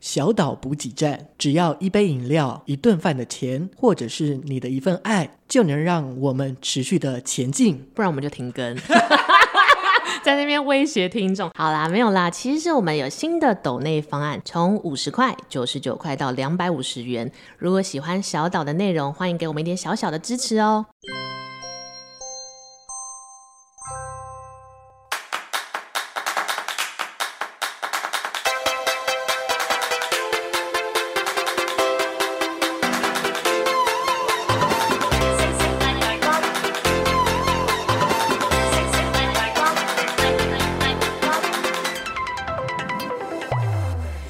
小岛补给站，只要一杯饮料、一顿饭的钱，或者是你的一份爱，就能让我们持续的前进。不然我们就停更。 在那边威胁听众。好啦，没有啦，其实我们有新的抖内方案，从五十块、九十九块到两百五十元。如果喜欢小岛的内容，欢迎给我们一点小小的支持哦。星星發亮光，星星發亮光，亮亮亮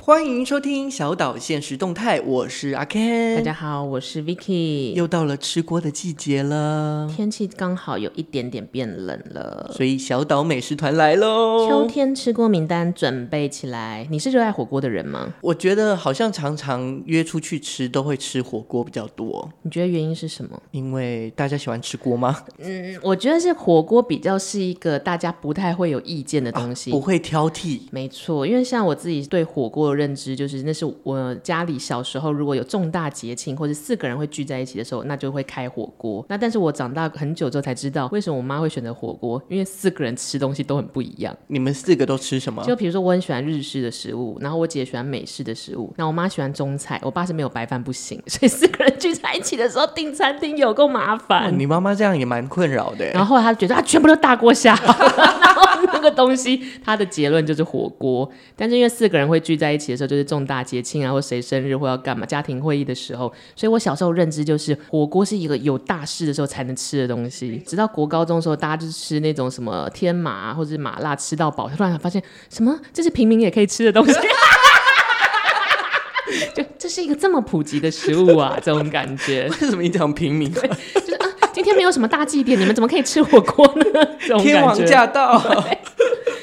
光。欢迎收听小岛现实动态，我是阿 Ken，大家好，我是 Vicky。又到了吃锅的季节了，天气刚好有一点点变冷了，所以小岛美食团来秋喽。天吃锅名单准备起来。你是热爱火锅的人吗？我觉得好像常常约出去吃都会吃火锅比较多，你觉得原因是什么？因为大家喜欢吃锅吗？嗯，我觉得是火锅比较是一个大家不太啊会有意见的东西。不会挑剔，没错，因为像我自己对火锅的认知，就是那是我家里小时候如果有重大节庆或者四个人会聚在一起的时候，那就会开火锅。那但是我长大很久之后才知道，为什么我妈会选择火锅，因为四个人吃东西都很不一样。你们四个都吃什么？就比如说我很喜欢日式的食物，然后我姐喜欢美式的食物，那我妈喜欢中菜，我爸是没有白饭不行，所以四个人聚在一起的时候订餐厅有够麻哇烦。你妈妈这样也蛮困扰的欸。然后后来他觉得啊，全部都大锅虾， 然后那个东西，他的结论就是火锅。但是因为四个人会聚在一起的时候，就是重大节庆啊，或谁生日或要干嘛，家庭会议的时候，所以我小时候认知就是火锅是一个有大事的时候才能吃的东西。直到国高中的时候，大家就吃那种什么天麻、啊、或者是麻辣吃到饱，突然发现什么 这是平民也可以吃的东西。 就这是一个这么普及的食物啊，这种感觉。 为什么你讲平 民？今天没有什么大祭典，你们怎么可以吃火锅呢？这种天感王觉。驾到！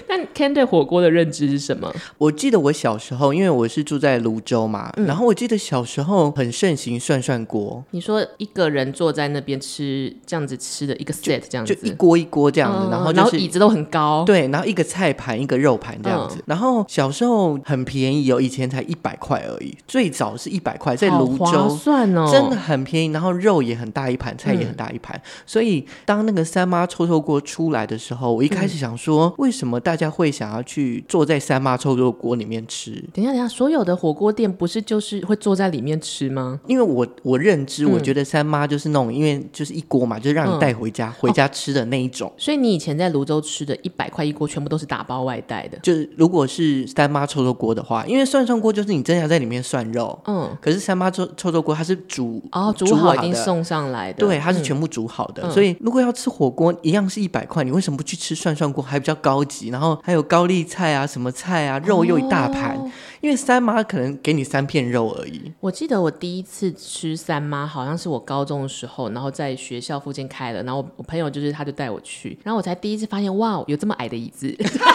那 Ken 对火锅的认知是什么？ 我记得我小时候，因为我是住在泸州嘛，嗯然后我记得小时候很盛行涮涮锅，你说一个人坐在那边吃这样子吃的一个 set 这样就子，一锅一锅这样子，嗯然后然就后是椅子都很高，对，然后一个菜盘，一个肉盘这嗯样子。然后小时候很便宜哦，以前才一百块而已，最早是一百块，在好泸划州。算哦，真的很便宜，然后肉也很大一盘，菜也很大一盘，嗯所以当那个三妈臭臭锅出来的时候，我一开嗯始想说，为什么大家会想要去坐在三妈臭臭锅里面吃？等一下，等一下，所有的火锅店不是就是会坐在里面吃吗？因为我我认嗯知，我觉得三妈就是那种，因为就是一锅嘛，就是让你带回哦家、回家吃的那一种。所以你以前在泸州吃的一百块一锅，全部都是打包外带的。就是如果是三妈臭臭锅的话，因为涮涮锅就是你真的要在里面涮肉，嗯，可是三妈臭臭臭锅它是煮哦，煮好好已经的送上来的，对，它是嗯全部煮好的，所以如果要吃火锅，一样是一百块，你为什么不去吃涮涮锅？还比较高级，然后还有高丽菜啊、什么菜啊，肉又一大盘，哦因为三妈可能给你三片肉而已。我记得我第一次吃三妈，好像是我高中的时候，然后在学校附近开了，然后我我朋友就是他就带我去，然后我才第一次发现，哇，哦有这么矮的椅子， 真的，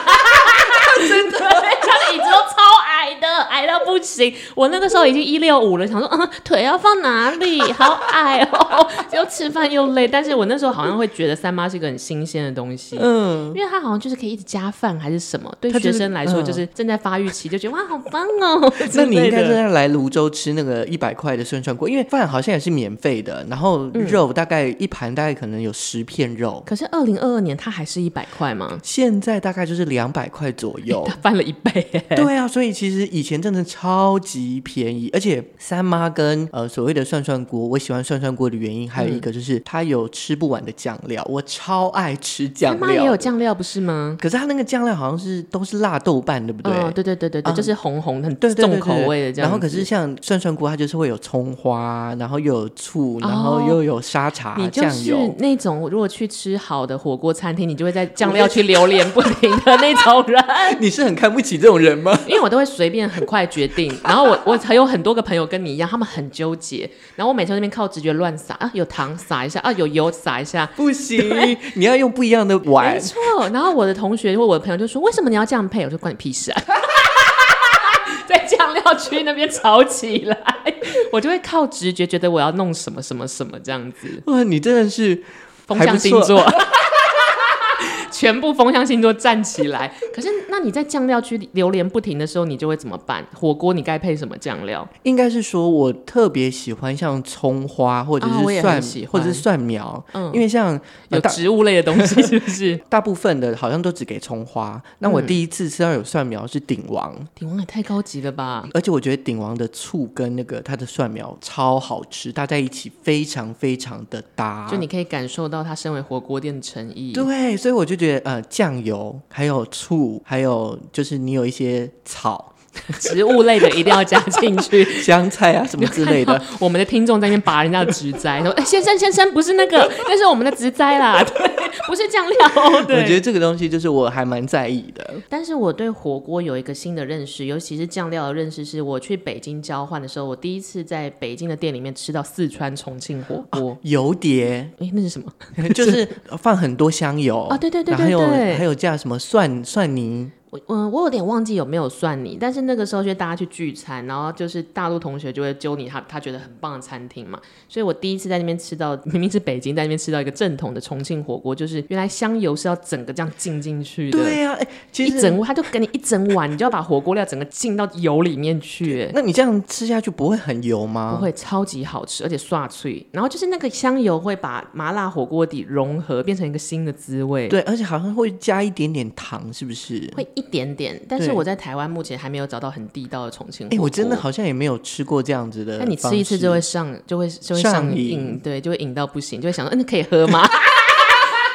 他的椅子都超矮的，矮到不行。我那个时候已经一六五了，想说，嗯，腿要放哪里？好矮哦， 又吃饭又累，但是我那时候好像会觉得三妈是一个很新鲜的东西，嗯，因为它好像就是可以一直加饭还是什么，对它就学是生来说嗯就是正在发育期，就觉得哇好棒哦。那你应之类该的是在来泸州吃那个一百块的涮涮锅，因为饭好像也是免费的，然后嗯嗯肉大概一盘大概可能有十片肉，可是二零二二年它还是一百块吗？现在大概就是两百块左 右它。翻了一倍、欸。对啊，所以其实以前真的超级便宜，而且三妈跟呃所谓的涮涮锅，我喜欢涮涮锅的原因还有一嗯个就是它有吃不完的酱料，我超爱吃他酱妈也有料。酱料不是吗？可是它那个酱料好像是都是辣豆瓣，对不对？嗯，对对对对对，就是红红的很对对对重对口味的这样子。然后可是像涮涮锅，它就是会有葱花，然后又有醋，然后又有沙茶、哦你就啊酱是油。那种如果去吃好的火锅餐厅，你就会在酱料区流连不停的那 种人。哎你是很看不起这种人吗？ 因为我都会随便很快决定， 然后我我还有很多个朋友跟你一样，他们很纠结，然后我每次在那边靠直觉乱撒啊，有糖撒一下啊，有油撒一下，不行，你要用不一样的碗没。错，然后我的同学或我的朋友就说：“为什么你要这样配？”我说：“关你屁事啊！”在酱料区那边吵起来，我就会靠直觉觉得我要弄什么什么什么这样子。哇，你真的是风还象不星错座，全部风象星座站起来。可是，那那你在酱料区流连不停的时候，你就会怎么办？火锅你该配什么酱料？应该是说我特别喜欢像葱花或者啊我也是很蒜、喜欢或者是蒜苗，嗯因为像呃有大植物类的东 西是不是？大部分的好像都只给葱花。那我嗯第一次吃到有蒜苗是鼎王，鼎王也太高级了吧！而且我觉得鼎王的醋跟那个它的蒜苗超好吃，搭在一起非常非常的搭。就你可以感受到他身为火锅店的诚意。对，所以我就觉得呃，酱油还有醋，还有就是你有一些草、。植物类的一定要加进去香菜啊什么之类的， 我们的听众在那边拔人家的植栽，说：“哎、先生先生，不是那个， 那是我们的植栽啦， 对，不是酱料。” 我觉得对。这个东西就是我还蛮在意的。 但是我对火锅有一个新的认识，尤其是酱料的认识，是我去北京交换的时候，我第一次在北京的店里面吃到四川重庆火锅。油碟哎、那是什么？就是放很多香 油啊对对对然后还有对对还有加什么蒜蒜泥，我嗯，我有点忘记有没有算你，但是那个时候就大家去聚餐，然后就是大陆同学就会揪你他他觉得很棒的餐厅嘛，所以我第一次在那边吃到， 明明是北京，在那边吃到一个正统的重庆火锅，就是原来香油是要整个这样浸进去的，对呀、哎，其啊一实整他就给你一整碗，你就要把火锅料整个浸到油里面去，哎那你这样吃下去不会很油吗？不会，超级好吃，而且刷脆，然后就是那个香油会把麻辣火锅底融合，变成一个新的滋味。对，而且好像会加一点点糖，是不是？会一点点，但是对我在台湾目前还没有找到很地道的重庆火哎，锅。我真的好像也没有吃过这样子的。那你吃一次就会，上，就会就会上上瘾，瘾对，就会瘾到不行，就会想说，嗯，可以喝吗？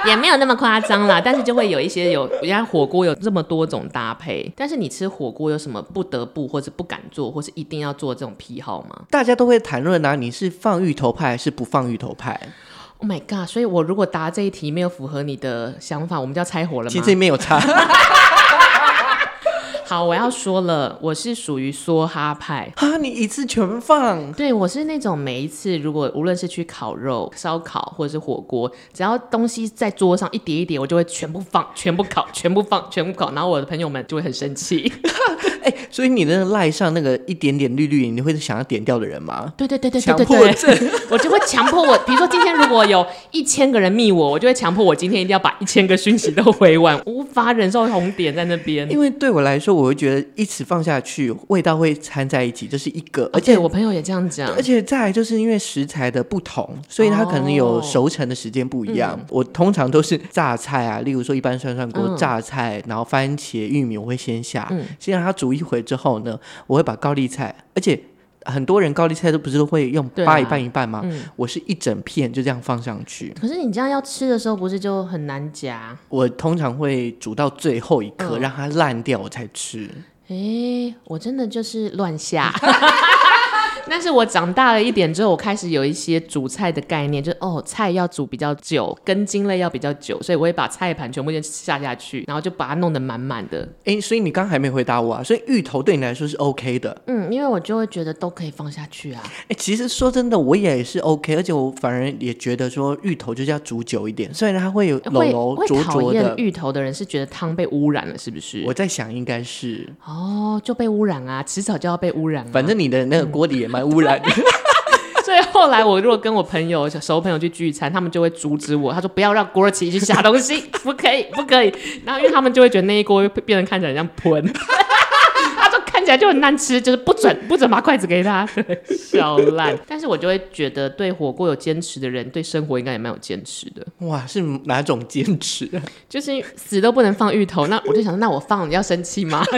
也没有那么夸张啦，但是就会有一些有，人家火锅有这么多种搭配，但是你吃火锅有什么不得不或是不敢做，或是一定要做这种癖好吗大家都会谈论啊，你是放芋头派还是不放芋头派？ ？Oh my god！所以我如果答这一题没有符合你的想法，我们就要拆伙了其吗实？没有差。 好，我要说了，我是属于梭哈派，啊，你一次全放，对，我是那种每一次如果无论是去烤肉、烧烤或者是火锅，只要东西在桌上一叠一叠，我就会全部放、全部烤、全部放、全部烤，然后我的朋友们就会很生气。哎、所以你那个赖上那个一点点绿绿，你会想要点掉的人吗？ 对对对对强对对迫对， 我就会强迫我，比如说今天如果有一千个人密我，我就会强迫我今天一定要把一千个讯息都回完，无法忍受红点在那边。因为对我来说，我会觉得一起放下去，味道会掺在一起，这是一个，而而且且我朋友也这样讲而，且再来就是因为食材的不同，所以它可能有哦熟成的时间不一样。我通常都是榨菜啊，例如说一般涮涮锅、嗯榨菜，然后番茄、玉米我会先下，嗯先让它煮一回之后呢，我会把高丽菜，而且很多人高丽菜都不是都会用对啊扒一半一半吗？嗯，我是一整片就这样放上去，可是你这样要吃的时候，不是就很难夹？我通常会煮到最后一刻，嗯让它烂掉我才吃。诶，我真的就是乱下。 但是我长大了一点之后，我开始有一些煮菜的概念，就是哦，菜要煮比较久，根茎类要比较久，所以我会把菜盘全部先下下去，然后就把它弄得满满的。诶，所以你刚还没回答我啊，所以芋头对你来说是 OK 的。嗯，因为我就会觉得都可以放下去啊。哎、其实说真的，我也是 OK，而且我反而也觉得说芋头就是要煮久一点，虽然它会有会柔柔会灼讨灼厌的。芋头的人是觉得汤被污染了，是不是我？在想应该是，哦，就被污染啊，迟早就要被污染、啊。反正你的那个锅底也蛮污染的。 所以后来我如果跟我朋友、熟朋友去聚餐，他们就会阻止我，他说不要让郭琪去下东西，不可以，不可以。然后因为他们就会觉得那一锅会变得看起来很像喷，他说看起来就很难吃，就是不准不准把筷子给他，笑烂。但是我就会觉得对火锅有坚持的人，对生活应该也蛮有坚持的，哇，是哪种坚持 啊？就是死都不能放芋头。那我就想说，那我放你要生气吗？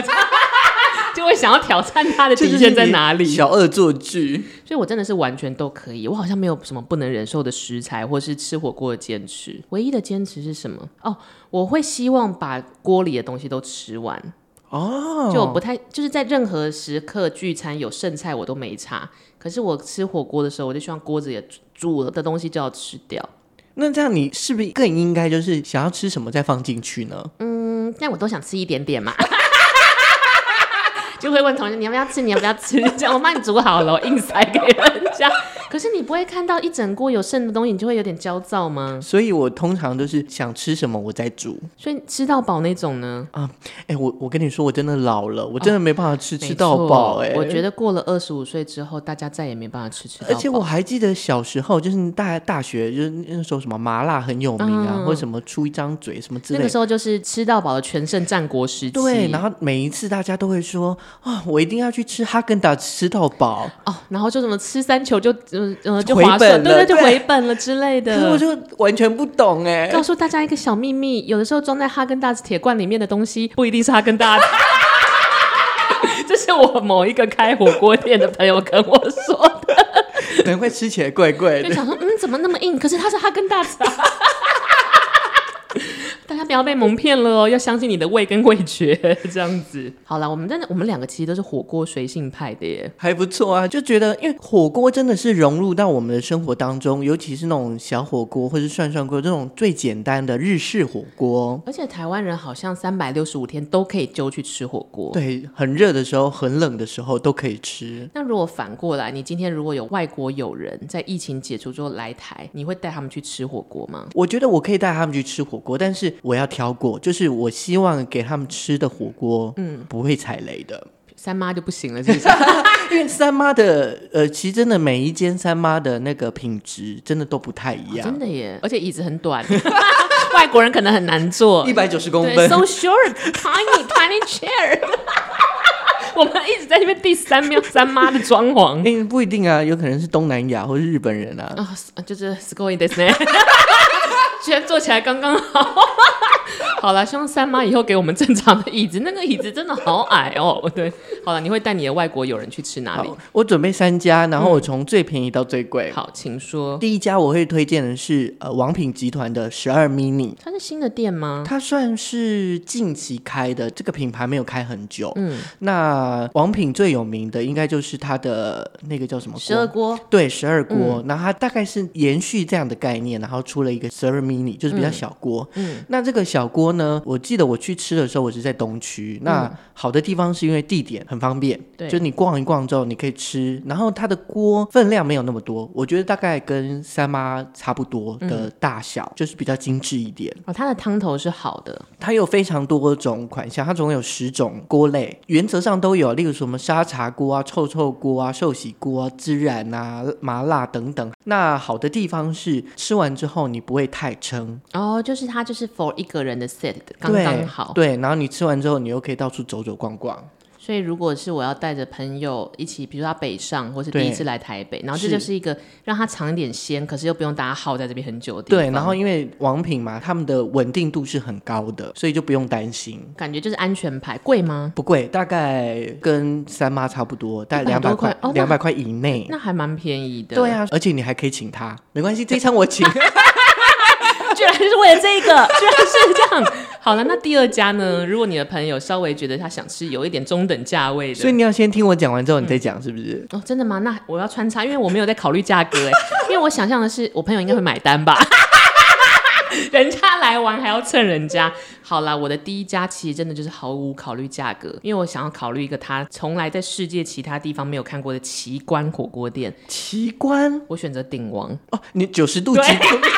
就会想要挑战他的这就底是线在你哪里？小恶作剧。所以我真的是完全都可以，我好像没有什么不能忍受的食材，或是吃火锅的坚持。唯一的坚持是什么？哦，我会希望把锅里的东西都吃完。哦，就我不太就是在任何时刻聚餐有剩菜我都没差，可是我吃火锅的时候，我就希望锅子也煮煮了的东西就要吃掉。那这样你是不是更应该就是想要吃什么再放进去呢？嗯，但我都想吃一点点嘛。 就会问同学你要不要吃，你要不要吃？这样我帮你煮好了，我硬塞给人家。可是你不会看到一整锅有剩的东西，你就会有点焦躁吗？所以我通常都是想吃什么我再煮。所以吃到饱那种呢？哎、我我跟你说，我真的老了，我真的没办法吃、吃到没错饱、哎，我觉得过了二十五岁之后，大家再也没办法吃吃到饱。而且我还记得小时候，就是大大学，就是那时候什么麻辣很有名啊，嗯或者什么出一张嘴什么之那类个的。时候就是吃到饱的全盛战国时期。对，然后每一次大家都会说啊，我一定要去吃哈根达斯吃到饱。哦，然后就什么吃三球就呃呃就回划算，本对了对，就对回本了之类可是的我。就完全不懂哎、告诉大家一个小秘密，有的时候装在哈根达斯铁罐里面的东西不一定是哈根达斯。这是我某一个开火锅店的朋友跟我说的，难怪吃起来怪怪就的。想说嗯怎么那么硬？可是它是哈根达斯、啊。 大家不要被蒙骗了哦，要相信你的胃跟味觉这样子。好了，我们真的我们两个其实都是火锅随性派的耶。还不错啊，就觉得因为火锅真的是融入到我们的生活当中，尤其是那种小火锅或是涮涮锅这种最简单的日式火锅。而且台湾人好像三百六十五天都可以揪去吃火锅。对，很热的时候、很冷的时候都可以吃。那如果反过来，你今天如果有外国友人在疫情解除之后来台，你会带他们去吃火锅吗？我觉得我可以带他们去吃火锅，但是我要挑过，就是我希望给他们吃的火锅，嗯，不会踩雷的。三妈就不行了，是不是？因为三妈的，呃，其实真的每一间三妈的那个品质真的都不太一哦真样，的耶，而且椅子很短，外国人可能很难坐一。百九十公对分。 ，so short, tiny, tiny chair 。 我们一直在那边第三秒三妈的装潢。 哎、不一定啊，有可能是东南亚或是日本人啊。啊、就是 s c o r i n g ですね，居然坐起来刚刚好。 好了，希望三妈以后给我们正常的椅子，那个椅子真的好矮哦。对，好了，你会带你的外国友人去吃哪里好？，我准备三家，然后我从最便宜到最贵。嗯好，请说。第一家我会推荐的是呃王品集团的十二 mini，它是新的店吗？它算是近期开的，这个品牌没有开很久。嗯，那王品最有名的应该就是它的那个叫什么锅十二锅。嗯对，十二锅，那、它大概是延续这样的概念，然后出了一个十二 mini，就是比较小锅。嗯，那这个小锅呢，我记得我去吃的时候，我是在东区。那好的地方是因为地点很方便，嗯对就你逛一逛之后你可以吃，然后它的锅分量没有那么多，我觉得大概跟三妈差不多嗯的大小，就是比较精致一点。哦，它的汤头是好的，它有非常多种款项，它总共有十种锅类，原则上都有，例如什么沙茶锅啊、臭臭锅啊、寿喜锅啊、孜然啊、麻辣等等。那好的地方是吃完之后你不会太撑，哦，就是它就是 for 一个人的 set 的刚对刚好。对，然后你吃完之后你又可以到处走走逛逛。所以如果是我要带着朋友一起，比如说他北上，或是第对一次来台北，然后这是就是一个让他尝一点鲜，可是又不用大家耗在这边很久的地方。对，然后因为王品嘛，他们的稳定度是很高的，所以就不用担心。感觉就是安全牌，贵吗？不贵，大概跟三妈差不多，大概100两多百块块哦，那两百、块以内。那还蛮便宜的。对，啊，而且你还可以请他，没关系，这一餐我请。 居然是为了这个， 居然是这样。好了，那第二家呢？如果你的朋友稍微觉得他想吃有一点中等价位所以的。你要先听我讲完之后，你再讲，是不是？哦，真的吗？那我要穿插，因为我没有在考虑价格哎，因为我想象的是我朋友应该会买单吧， 人家来玩还要蹭人家。好啦，我的第一家其实真的就是毫无考虑价格，因为我想要考虑一个他从来在世界其他地方没有看过的奇观火锅店，奇观我选择鼎王。哦，你九十度对鞠躬，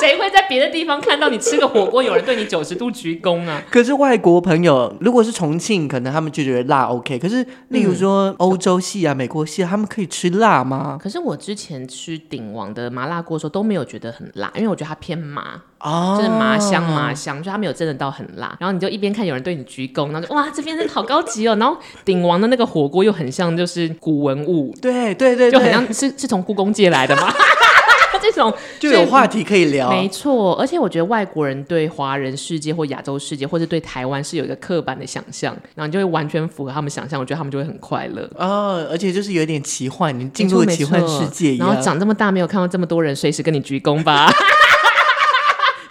谁会在别的地方看到你吃个火锅，有人对你九十度鞠躬啊？ 可是外国朋友如果是重庆，可能他们就觉得辣 OK。可是例如嗯说欧洲系啊、美国系啊，他们可以吃辣吗？可是我之前吃鼎王的麻辣锅的时候都没有觉得很辣，因为我觉得它偏麻，啊，就是麻香麻香，就它没有真的到很辣。然后你就一边看有人对你鞠躬，然后就哇这边真的好高级哦。然后鼎王的那个火锅又很像就是古文物，对对对，就很对像是是从故宫借来的吗？ 这种就有话题可以聊。没错，而且我觉得外国人对华人世界或亚洲世界，或者对台湾是有一个刻板的想象，然后你就会完全符合他们想象，我觉得他们就会很快乐。哦，而且就是有点奇幻，你进入没奇错幻世界一然后样。长这么大没有看到这么多人随时跟你鞠躬吧。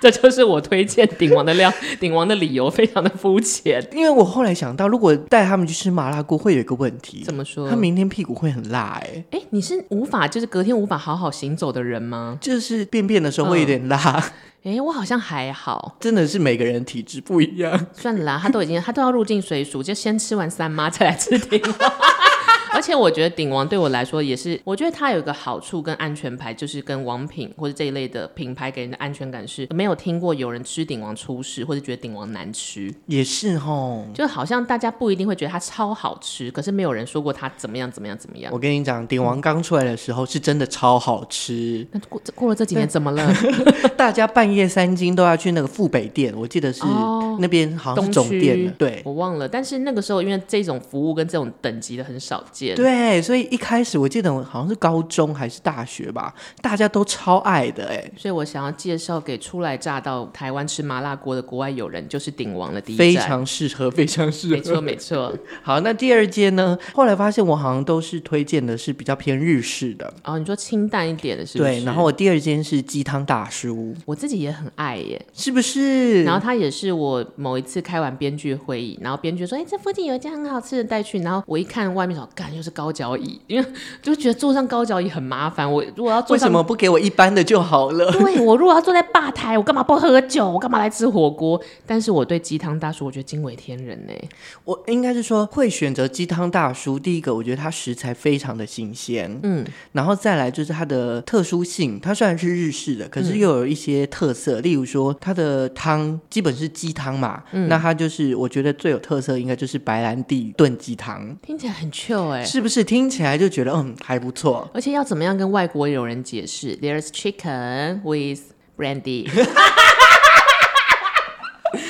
这就是我推荐鼎王的料， 鼎王的理由非常的肤浅。因为我后来想到，如果带他们去吃麻辣锅，会有一个问题怎，么说？他明天屁股会很辣哎、哎，你是无法就是隔天无法好好行走的人吗？就是便便的时候会有点辣，哎，我好像还好， 真的是每个人体质不一样。 算了啦，他都已经他都要入境随俗，就先吃完三妈再来吃鼎王。而且我觉得鼎王对我来说也是，我觉得它有一个好处跟安全牌，就是跟王品或者这一类的品牌给人的安全感是，没有听过有人吃鼎王出事，或者觉得鼎王难吃，也是吼。就好像大家不一定会觉得它超好吃，可是没有人说过它怎么样怎么样怎么样。我跟你讲，鼎王刚出来的时候是真的超好吃，那过这过了这几年怎么了？ 大家半夜三更都要去那个富北店，我记得是、哦那边好像东是总店区了，对我忘了。但是那个时候，因为这种服务跟这种等级的很少见，对，所以一开始我记得我好像是高中还是大学吧，大家都超爱的哎、所以我想要介绍给初来乍到台湾吃麻辣锅的国外友人，就是鼎王的第一站。非常适合，非常适没合。错没错。好，那第二间呢？后来发现我好像都是推荐的是比较偏日式的，哦，你说清淡一点的是不是？对。然后我第二间是鸡汤大叔，我自己也很爱耶。是不是？然后他也是我某一次开完编剧会议，然后编剧说：“哎、这附近有一家很好吃的，带去。”然后我一看外面，想，干又是高脚椅， 因为就觉得坐上高脚椅很麻烦。我如果要坐为上什么不给我一般的就好了？对我如果要坐在吧台，我干嘛不喝酒？我干嘛来吃火锅？但是我对鸡汤大叔，我觉得惊为天人呢、我应该是说会选择鸡汤大叔。第一个，我觉得它食材非常的新鲜，嗯，然后再来就是它的特殊性，它虽然是日式的，可是又有一些特色，例如说它的汤基本是鸡汤嘛，那它就是我觉得最有特色应该就是白兰地炖鸡汤，听起来很 chill 哎、是不是听起来就觉得嗯还不错？而且要怎么样跟外国友人解释？There's chicken with brandy 。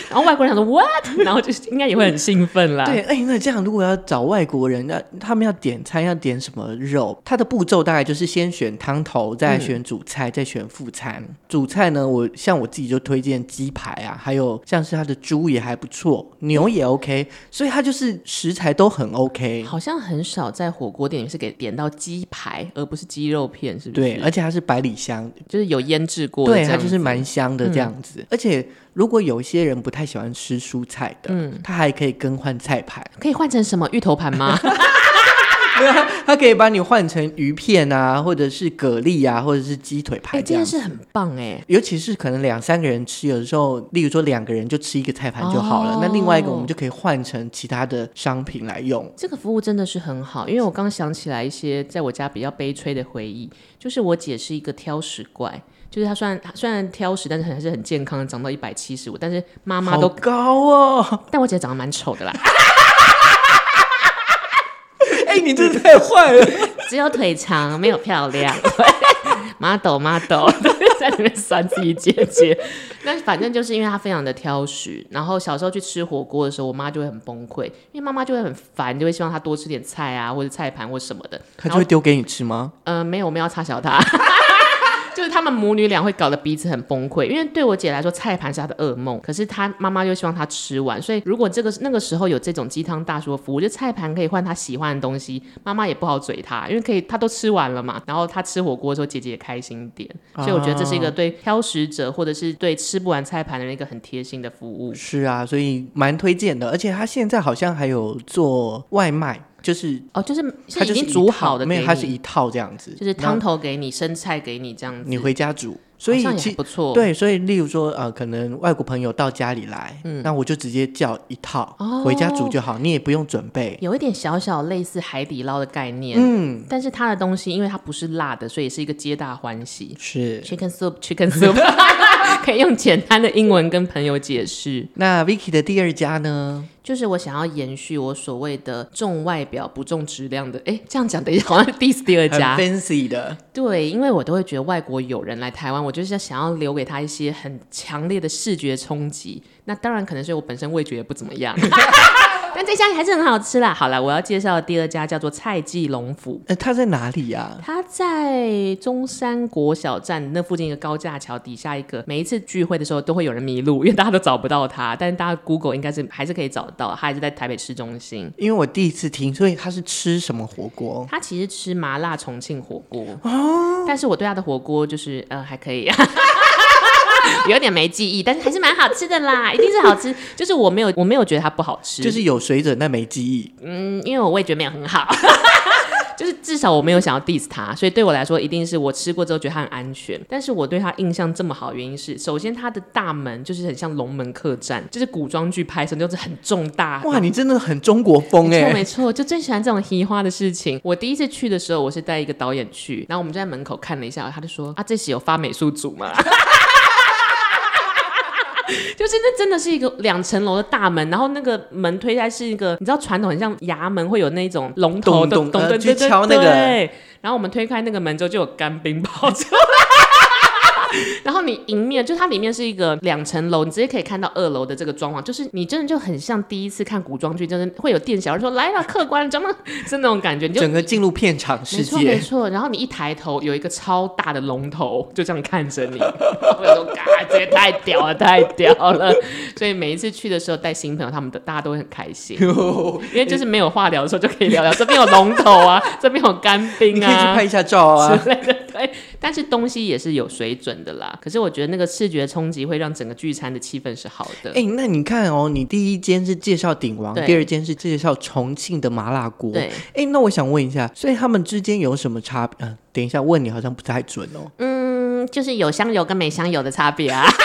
然后外国人想说 what，然后就是应该也会很兴奋啦。对，，哎，那这样如果要找外国人，那他们要点餐要点什么肉？它的步骤大概就是先选汤头，嗯再选主菜，再选副餐。主菜呢，我像我自己就推荐鸡排啊，还有像是它的猪也还不错，牛也 OK，所以它就是食材都很 OK。好像很少在火锅店里是给点到鸡排，而不是鸡肉片，是不是？对，而且它是百里香，就是有腌制过的这对，样它子。嗯就是蛮香的这样子。而且如果有一些人不太喜欢吃蔬菜的，嗯，他还可以更换菜牌。可以换成什么芋头盘 吗？对啊，它可以把你换成鱼片啊，或者是蛤蜊啊，或者是鸡腿哎、排这这样件子。事很棒哎、尤其是可能两三个人吃，有的时候，例如说两个人就吃一个菜盘就好哦了，那另外一个我们就可以换成其他的商品来用。这个服务真的是很好，因为我刚想起来一些在我家比较悲催的回忆，就是我姐是一个挑食怪，就是她虽然虽然挑食，但是还是很健康的，长到一百七十五，但是妈妈好都，高哦！ 但我姐长得蛮丑的啦，哎、你这太坏了。 只有腿长，没有漂亮。妈抖妈抖，在里面酸自己姐姐。那反正就是因为她非常的挑食，然后小时候去吃火锅的时候，我妈就会很崩溃，因为妈妈就会很烦，就会希望她多吃点菜啊，或者菜盘或什么的。他就会丢给你吃吗？呃，没有，我们要插小他。 就是他们母女俩会搞得彼此很崩溃，因为对我姐来说，菜盘是她的噩梦，可是她妈妈又希望她吃完，所以如果这个那个时候有这种鸡汤大叔的服务，就菜盘可以换她喜欢的东西，妈妈也不好嘴她，因为可以她都吃完了嘛，然后她吃火锅的时候，姐姐也开心一点，啊所以我觉得这是一个对挑食者或者是对吃不完菜盘的人一个很贴心的服务。是啊，所以蛮推荐的。而且他现在好像还有做外卖，就是哦，就是他是已就是经一煮套好的没给有，它是一你，套这样子，就是然后汤头给你，生菜给你这样子，你回家煮。所好以像也其还不错。对，所以例如说，呃，可能外国朋友到家里来，那我就直接叫一套、嗯哦回家煮就好，你也不用准备。有一点小小类似海底捞的概念，嗯，但是它的东西因为它不是辣的，所以是一个皆大欢喜。是。 Chicken soup, chicken soup，可 以用简单的英文跟朋友解释。那 Vicky 的第二家呢？就是我想要延续我所谓的重外表不重质量的，哎，这样讲等一下好像 diss 第二很家， fancy 的，对，因为我都会觉得外国友人来台湾，我就是想要留给他一些很强烈的视觉冲击。那当然可能是我本身味觉也不怎么样， 但这家还是很好吃啦。好啦，我要介绍的第二家叫做蔡记龙府。呃，它在哪里呀、他在中山国小站那附近一个高架桥底下一个，每一次聚会的时候都会有人迷路，因为大家都找不到他，但是大家 Google 应该是还是可以找到，他还是在台北市中心。因为我第一次听，所以它是吃什么火锅？他其实吃麻辣重庆火锅，但是我对他的火锅就是呃还可以。 有点没记忆，但是还是蛮好吃的啦， 一定是好吃。就是我没有，我没有觉得它不好吃，嗯就是有水准但没记忆。嗯，因为我味觉没有很好。 就是至少我没有想要 diss 他，所以对我来说一定是我吃过之后觉得它很安全。但是我对它印象这么好，的原因是首先它的大门就是很像龙门客栈，就是古装剧拍摄就是很重大。哇，你真的很中国风没哎、错没错，就最喜欢这种嘻花的事情。我第一次去的时候，我是带一个导演去，然后我们就在门口看了一下，他就说啊，这期有发美术组吗？ 就是那真的是一个两层楼的大门，然后那个门推开是一个，你知道传统很像衙门会有那种龙头的咚咚咚呃咚去对对敲那个对然后我们推开那个门之后就有干冰跑出来。然后你迎面，就它里面是一个两层楼，你直接可以看到二楼的这个装潢，就是你真的就很像第一次看古装剧，真的会有店小二说来了，客官，怎么 是那种感觉，你就整个进入片场没世错没界，错，然后你一抬头，有一个超大的龙头就这样看着你， 我说嘎，这也太屌了，太屌了！所以每一次去的时候带新朋友，他们的大家都会很开心，因为就是没有话聊的时候就可以聊聊，这边有龙头啊，这边有 干你冰可以去啊拍。一下照 啊。之类的，对，但是东西也是有水准的啦。可是我觉得那个视觉冲击会让整个聚餐的气氛是好的。哎、那你看哦，你第一间是介绍鼎王，对第二间是介绍重庆的麻辣锅。对，哎、那我想问一下，所以他们之间有什么差别？嗯、等一下问你好像不太准哦。嗯，就是有香油跟没香油的差别啊。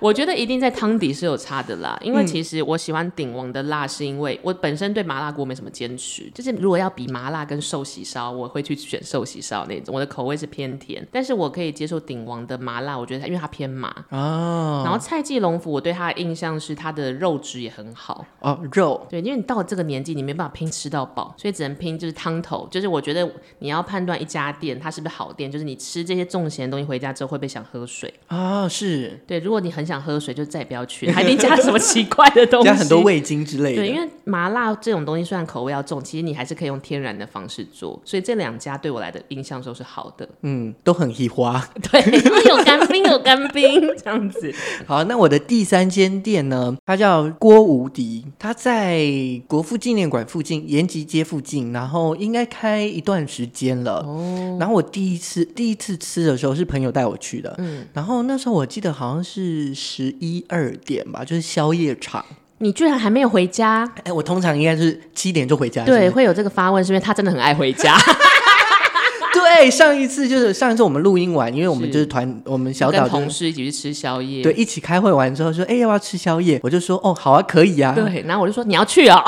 我觉得一定在汤底是有差的啦，因为其实我喜欢鼎王的辣，是因为我本身对麻辣锅没什么坚持，就是如果要比麻辣跟寿喜烧，我会去选寿喜烧那种，我的口味是偏甜，但是我可以接受鼎王的麻辣，我觉得它因为它偏麻。啊然后蔡记龙府，我对它的印象是它的肉质也很好，哦，肉对，因为你到了这个年纪，你没办法拼吃到饱，所以只能拼就是汤头。就是我觉得你要判断一家店它是不是好店，就是你吃这些重咸的东西回家之后会不会想喝水？啊，是对，如果你很想喝水，就再也不要去，还一定加了什么奇怪的东西，加很多味精之类对，因的。为麻辣这种东西虽然口味要重，其实你还是可以用天然的方式做，所以这两家对我来的印象都是好的。嗯，都很喜花。对，因为有干冰，有干冰这样子。好，那我的第三间店呢，它叫郭无敌，它在国父纪念馆附近、延吉街附近，然后应该开一段时间了。哦，然后我第一次第一次吃的时候是朋友带我去的，嗯，然后那时候我记得好像是十一二点吧，就是宵夜场。你居然还没有回家？哎，我通常应该是七点就回家。对，是不是会有这个发问，是因为他真的很爱回家。 对，上一次就是上一次我们录音完，因为我们是就是团，我们 小岛跟就同是事一起去吃宵夜。对一起开会完之后说，哎，要不要吃宵夜？我就说，哦，好啊，可以啊。对，然后我就说你要去哦。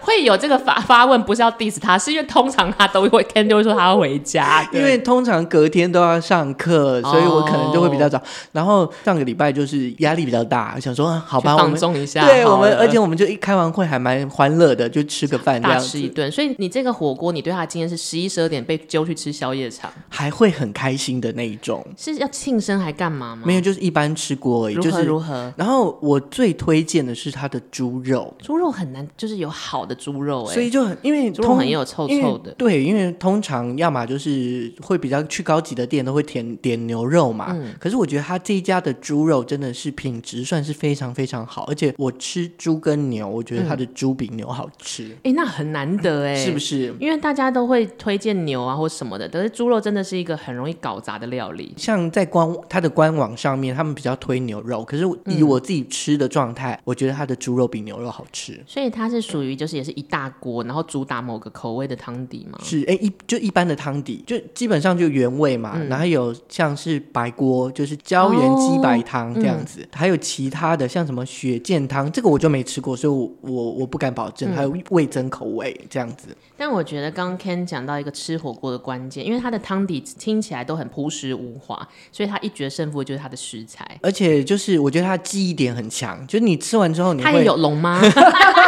会有这个发发问，不是要 diss 他，是因为通常他都会 Ken 就会说他要回家，对因为通常隔天都要上课，所以我可能就会比较哦早。然后上个礼拜就是压力比较大，想说啊好去吧，我放们纵一下好了，对我们，而且我们就一开完会还蛮欢乐的，就吃个饭这大样吃一子，顿，所以你这个火锅，你对他的经验是十一十二点被揪去吃宵夜场，还会很开心的那一种。是要庆生还干嘛吗？没有，就是一般吃锅而已，如就何是如何？然后我最推荐的是它的猪肉，猪肉很难，就是有好的猪肉哎、所以就很因为猪肉通很有臭因为臭的对，因为通常要么就是会比较去高级的店都会点点牛肉嘛，嗯可是我觉得他这一家的猪肉真的是品质算是非常非常好，而且我吃猪跟牛，我觉嗯得它的猪比牛好吃，哎、那很难得哎、是不？是？因为大家都会推荐牛啊或什么的，但是猪肉真的是一个很容易搞砸的料理。像在官它的官网上面，他们比较推牛肉，可是我嗯以我自己吃的状态，我觉得它的猪肉比牛肉好吃。所以它是属于就是也是一大锅，然后主打某个口味的汤底嘛。是，哎、一就一般的汤底，就基本上就原味嘛，嗯然后有像是白锅，就是椒盐鸡哦白汤这嗯样子，还有其他的像什么雪见汤，这个我就没吃过，所以我我我不敢保嗯证，还有味增口味这样子，但我觉得刚刚 Ken 讲到一个吃火锅的关键，因为它的汤底听起来都很朴实无华，所以它一决胜负就是它的食材。而且就是我觉得它的记忆点很强，就是你吃完之后你它也会，有龙吗？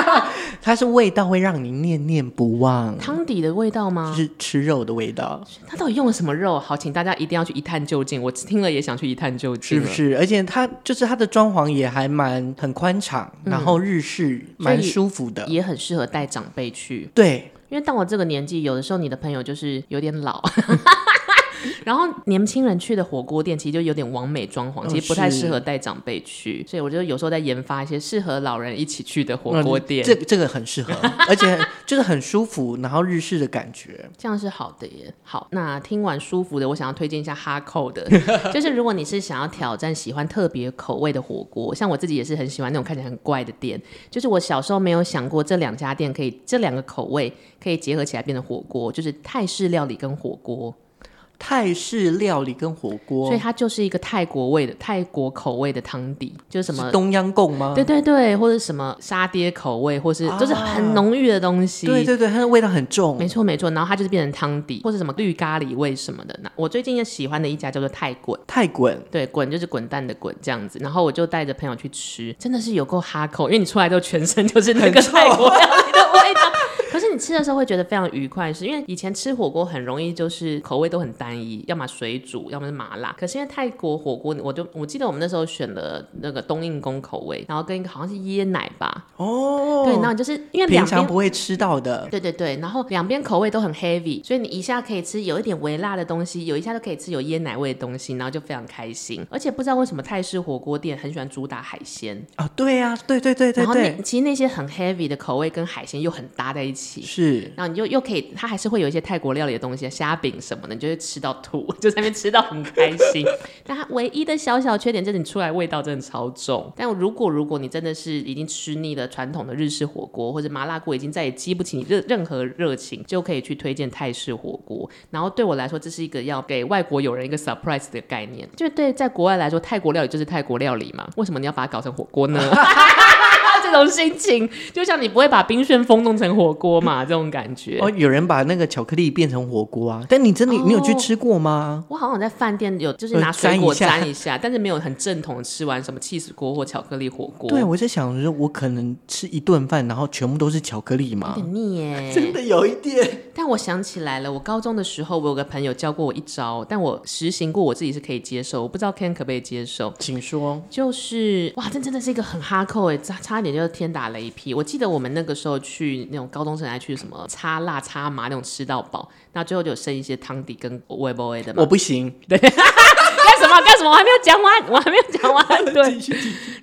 它是味道会让你念念不忘，汤底的味道就吗？是吃肉的味道。它到底用了什么肉？好，请大家一定要去一探究竟。我听了也想去一探究竟是了，不是？而且它就是它的装潢也还蛮很宽敞，然后日式蛮嗯所以舒服的。也很适合带长辈去，对，因为到我这个年纪，有的时候你的朋友就是有点老。 然后年轻人去的火锅店其实就有点完美装潢，嗯其实不太是适合带长辈去，所以我就有时候在研发一些适合老人一起去的火锅店，这这个很适 合，而且就是很舒服，然后日式的感觉。这样是好的耶。好，那听完舒服的，我想要推荐一下哈 扣的，就是如果你是想要挑战喜欢特别口味的火锅，像我自己也是很喜欢那种看起来很怪的店。就是我小时候没有想过这两家店可以，这两个口味可以结合起来变成火锅，就是泰式料理跟火锅，泰式料理跟火锅，所以它就是一个泰国味的泰国口味的汤底，就是什么是。东央贡吗？对对对，或者什么沙爹口味，或是就是很浓郁的东西，啊对对对，它的味道很重没。错没错，然后它就是变成汤底或是什么绿咖喱味什么的。那我最近也喜欢的一家叫做泰滚，泰滚，对，滚就是滚蛋的滚这样子。然后我就带着朋友去吃，真的是有够哈口，因为你出来之后全身就是 那很个臭泰国料理的味道。可是你吃的时候会觉得非常愉快，是因为以前吃火锅很容易就是口味都很单一，要么水煮，要么是麻辣。可是因为泰国火锅，我就我记得我们那时候选了那个冬阴功口味，然后跟一个好像是椰奶吧，哦，对，然后你就是因为两平边常不会吃到的，对对对，然后两边口味都很 heavy，所以你一下可以吃有一点微辣的东西，有一下都可以吃有椰奶味的东西，然后就非常开心。而且不知道为什么泰式火锅店很喜欢主打海鲜，啊，对呀、对对对对然后那对，其实那些很 heavy 的口味跟海鲜又很搭在一起。是然后你就又可以，它还是会有一些泰国料理的东西，虾饼什么的，你就会吃到吐， 就在那边吃到很开心。但它唯一的小小缺点就是你出来味道真的超重。但如果如果你真的是已经吃腻了传统的日式火锅或者麻辣锅，已经再也激不起你任任何热情，就可以去推荐泰式火锅。然后对我来说，这是一个要给外国友人一个 surprise 的概念，就对在国外来说，泰国料理就是泰国料理嘛，为什么你要把它搞成火锅呢？这种心情，就像你不会把冰旋风弄成火锅嘛，这种感觉。哦，有人把那个巧克力变成火锅啊，但你真的、你有去哦吃过吗？我好像有在饭店有，就是呃拿水果沾一下沾一下， 但是没有很正统地吃完什么 cheese 锅或巧克力火锅，对，有我在想说，我可能吃一顿饭，然后全部都是巧克力嘛，点腻 耶。真的有一点。但我想起来了，我高中的时候，我有个朋友教过我一招，但我实行过，我自己是可以接受，我不知道 Ken 可不可以接受。请说，就是哇，这真的是一个很哈扣哎，差差一点就是天打雷劈。我记得我们那个时候去那种高中生还去什么擦辣擦麻那种吃到饱，那最后就有剩一些汤底跟微波微的嘛我。不行。 干什么干什么？我还没有讲完，我还没有讲完。 对，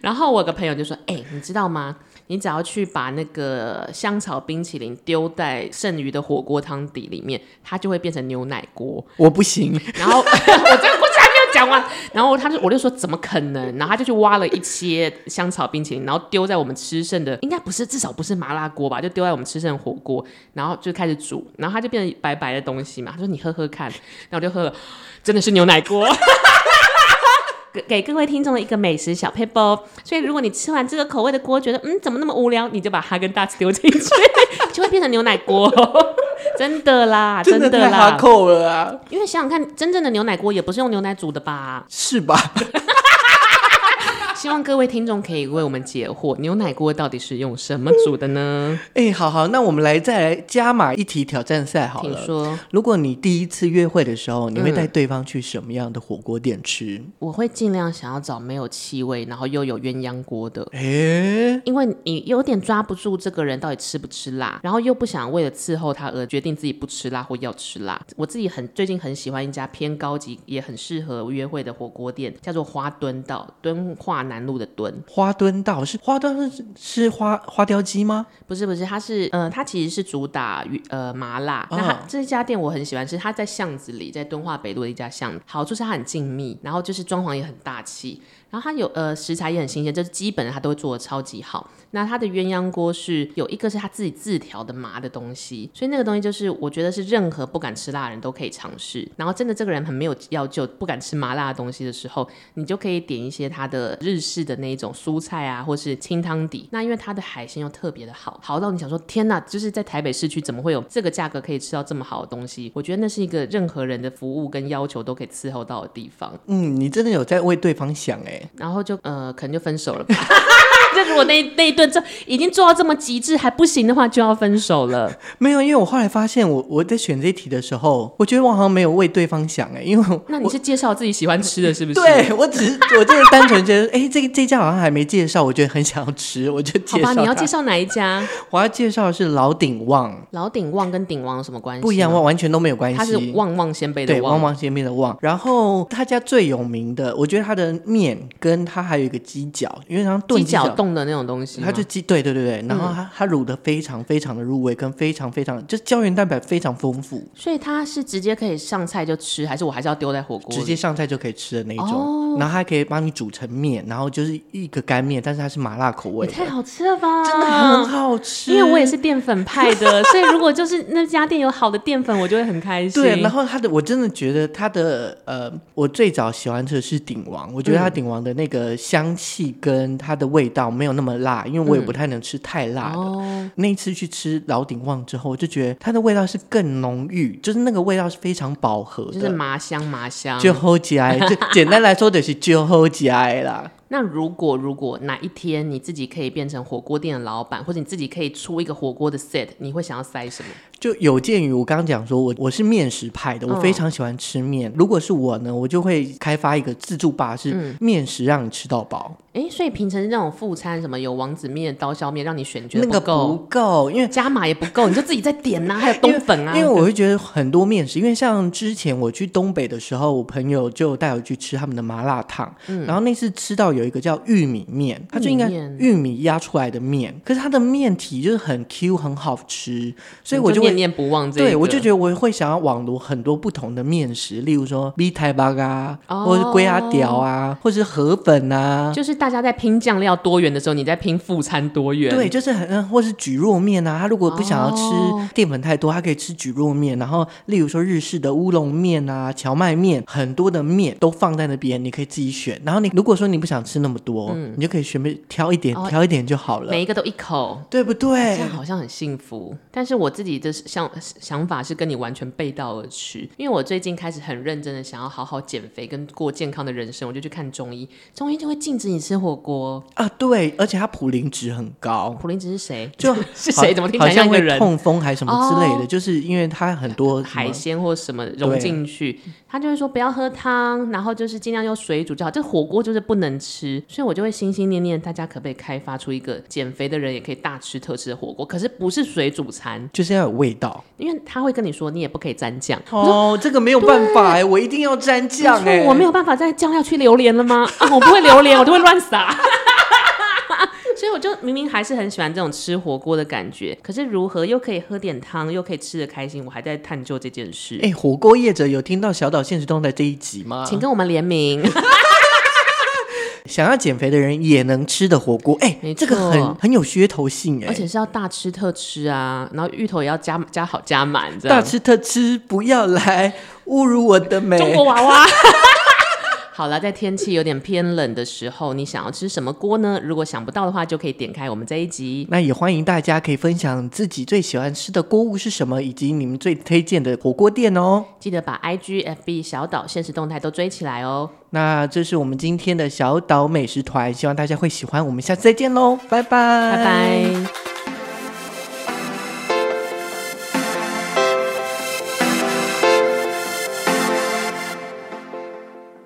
然后我有个朋友就说：“哎、你知道吗？你只要去把那个香草冰淇淋丢在剩余的火锅汤底里面，它就会变成牛奶锅。”我不行，然后 我这个故事还没有讲完，然后他就我就说怎么可能？然后他就去挖了一些香草冰淇淋，然后丢在我们吃剩的，应该不是至少不是麻辣锅吧，就丢在我们吃剩的火锅，然后就开始煮，然后它就变成白白的东西嘛。他说你喝喝看，然后我就喝了，真的是牛奶锅。 给给各位听众的一个美食小配包，所以如果你吃完这个口味的锅，觉得嗯怎么那么无聊，你就把哈根达斯丢进去， 就会变成牛奶锅，哦 真的啦，啊真的太啦哈，扣了啊，因为想想看，真正的牛奶锅也不是用牛奶煮的吧？是吧？ 希望各位听众可以为我们解惑，牛奶锅到底是用什么煮的呢？哎、好好，那我们来再来加码一题挑战赛好请了。说，如果你第一次约会的时候，你会嗯带对方去什么样的火锅店吃？我会尽量想要找没有气味，然后又有鸳鸯锅的。哎、因为你有点抓不住这个人到底吃不吃辣，然后又不想为了伺候他而决定自己不吃辣或要吃辣。我自己很最近很喜欢一家偏高级也很适合约会的火锅店，叫做花墩道，敦化南路的敦。花墩道是花墩是是花花雕鸡吗？不是不是，它是呃，它其实是主打鱼呃麻辣。那哦它这家店我很喜欢，是它在巷子里，在敦化北路的一家巷子。好处是它很静谧，然后就是装潢也很大气，然后它有呃食材也很新鲜，这是基本的，它都会做的超级好。那它的鸳鸯锅是有一个是它自己自调的麻的东西，所以那个东西就是我觉得是任何不敢吃辣的人都可以尝试。然后真的这个人很没有要求，不敢吃麻辣的东西的时候，你就可以点一些它的日式的那一种蔬菜啊，或是清汤底。那因为它的海鲜又特别的好，好到你想说天哪，就是在台北市区怎么会有这个价格可以吃到这么好的东西？我觉得那是一个任何人的服务跟要求都可以伺候到的地方。嗯，你真的有在为对方想哎、然后就呃，可能就分手了吧。 就如果那一那一顿这已经做到这么极致还不行的话，就要分手了。没有，因为我后来发现我，我在选这一题的时候，我觉得我好像没有为对方想哎、因为 我那你是介绍自己喜欢吃的，是不是？， 对我只是我就是单纯觉得，哎、这个这家好像还没介绍，我觉得很想要吃，我就好介绍吧，它。你要介绍哪一家？我要介绍的是老鼎旺，老鼎旺跟鼎王有什么关系？不一样，，完全都没有关系。它是旺旺先辈对的旺旺。旺先面的旺，然后他家最有名的，我觉得他的面跟他还有一个鸡脚，因为他炖鸡鸡脚脚冻的那种东西吗，嗯它就鸡，对对对对，然后它、它卤的非常非常的入味，跟非常非常就胶原蛋白非常丰富，所以它是直接可以上菜就吃，还是我还是要丢在火锅里？直接上菜就可以吃的那一种。哦然后它还可以帮你煮成面，然后就是一个干面，但是它是麻辣口味也的，太好吃了吧！真的很好吃。因为我也是淀粉派 的，所以如果就是那家店有好的淀粉，我就会很开心。对，然后它的我真的觉得它的呃，我最早喜欢吃的是鼎王，我觉得它鼎王的那个香气跟它的味道没有那么辣，因为我也不太能吃太辣的。哦，那一次去吃老鼎旺之后，我就觉得它的味道是更浓郁，就是那个味道是非常饱和的，就是麻香麻香。就好起来， 就简单来说就是就好起来啦。那如果如果哪一天你自己可以变成火锅店的老板，或者你自己可以出一个火锅的 set，你会想要塞什么？就有鉴于我刚刚讲说，我我是面食派的，我嗯非常喜欢吃面。如果是我呢，我就会开发一个自助吧，嗯是面食让你吃到饱。哎，所以平常那种副餐什么有王子面、刀削面，让你选，你觉得那个不够，不够，因为。加码也不够，你就自己再点呐、还有冬粉啊。因为我会觉得很多面食，因为像之前我去东北的时候，我朋友就带我去吃他们的麻辣烫，然后那次吃到有一个叫玉米面，它就应该嗯玉米面玉米压出来的面，可是它的面体就是很 Q 很好吃，所以我你就就会念念不忘这个。对，我就觉得我会想要网罗很多不同的面食，例如说 B 台巴啊，哦或是龟鸭屌啊，或是河粉啊，就是大家在拼酱料多元的时候，你在拼副餐多元。对，，就是很嗯或是蒟蒻面啊。他如果不想要哦吃淀粉太多，他可以吃蒟蒻面。然后，例如说日式的乌龙面啊、荞麦面，很多的面都放在那边，你可以自己选。然后你如果说你不想吃那么多，你就可以随便挑一点，嗯哦挑一点就好了，每一个都一口。对不对这？样好像很幸福，但是我自己的想想法是跟你完全背道而驰，因为我最近开始很认真的想要好好减肥跟过健康的人生，我就去看中医，中医就会禁止你吃火锅。啊，对，而且它普林值很高。普林只是谁？就 是好谁？怎么听起好来像像一个会人？哦痛风还是什么之类的，就是因为它很多什么海鲜或什么融进去，他就会说不要喝汤，然后就是尽量用水煮就好。这火锅就是不能吃，所以我就会心心念念，大家可不可以开发出一个减肥的人也可以大吃特吃的火锅，可是不是水煮餐，就是要有味道。因为他会跟你说你也不可以沾酱。哦，这个没有办法哎、我一定要沾酱哎、没错我没有办法在酱料区榴莲了 吗？啊，我不会榴莲，我就会乱撒。 所以我就明明还是很喜欢这种吃火锅的感觉，可是如何又可以喝点汤，又可以吃的开心，我还在探究这件事。哎、火锅业者有听到小岛现实动态这一集吗？请跟我们联名。想要减肥的人也能吃的火锅，哎、没这个错很很有噱头性哎、 而且是要大吃特吃啊，然后芋头也要加加好加满，这样大吃特哎吃不要来侮辱我的美。中国娃娃。 好了，在天气有点偏冷的时候，你想要吃什么锅呢？如果想不到的话，就可以点开我们这一集。那也欢迎大家可以分享自己最喜欢吃的锅物是什么，以及你们最推荐的火锅店哦。记得把 I G F B 小岛现实动态都追起来哦。那这是我们今天的小岛美食团，希望大家会喜欢。我们下次再见喽，拜拜，拜拜。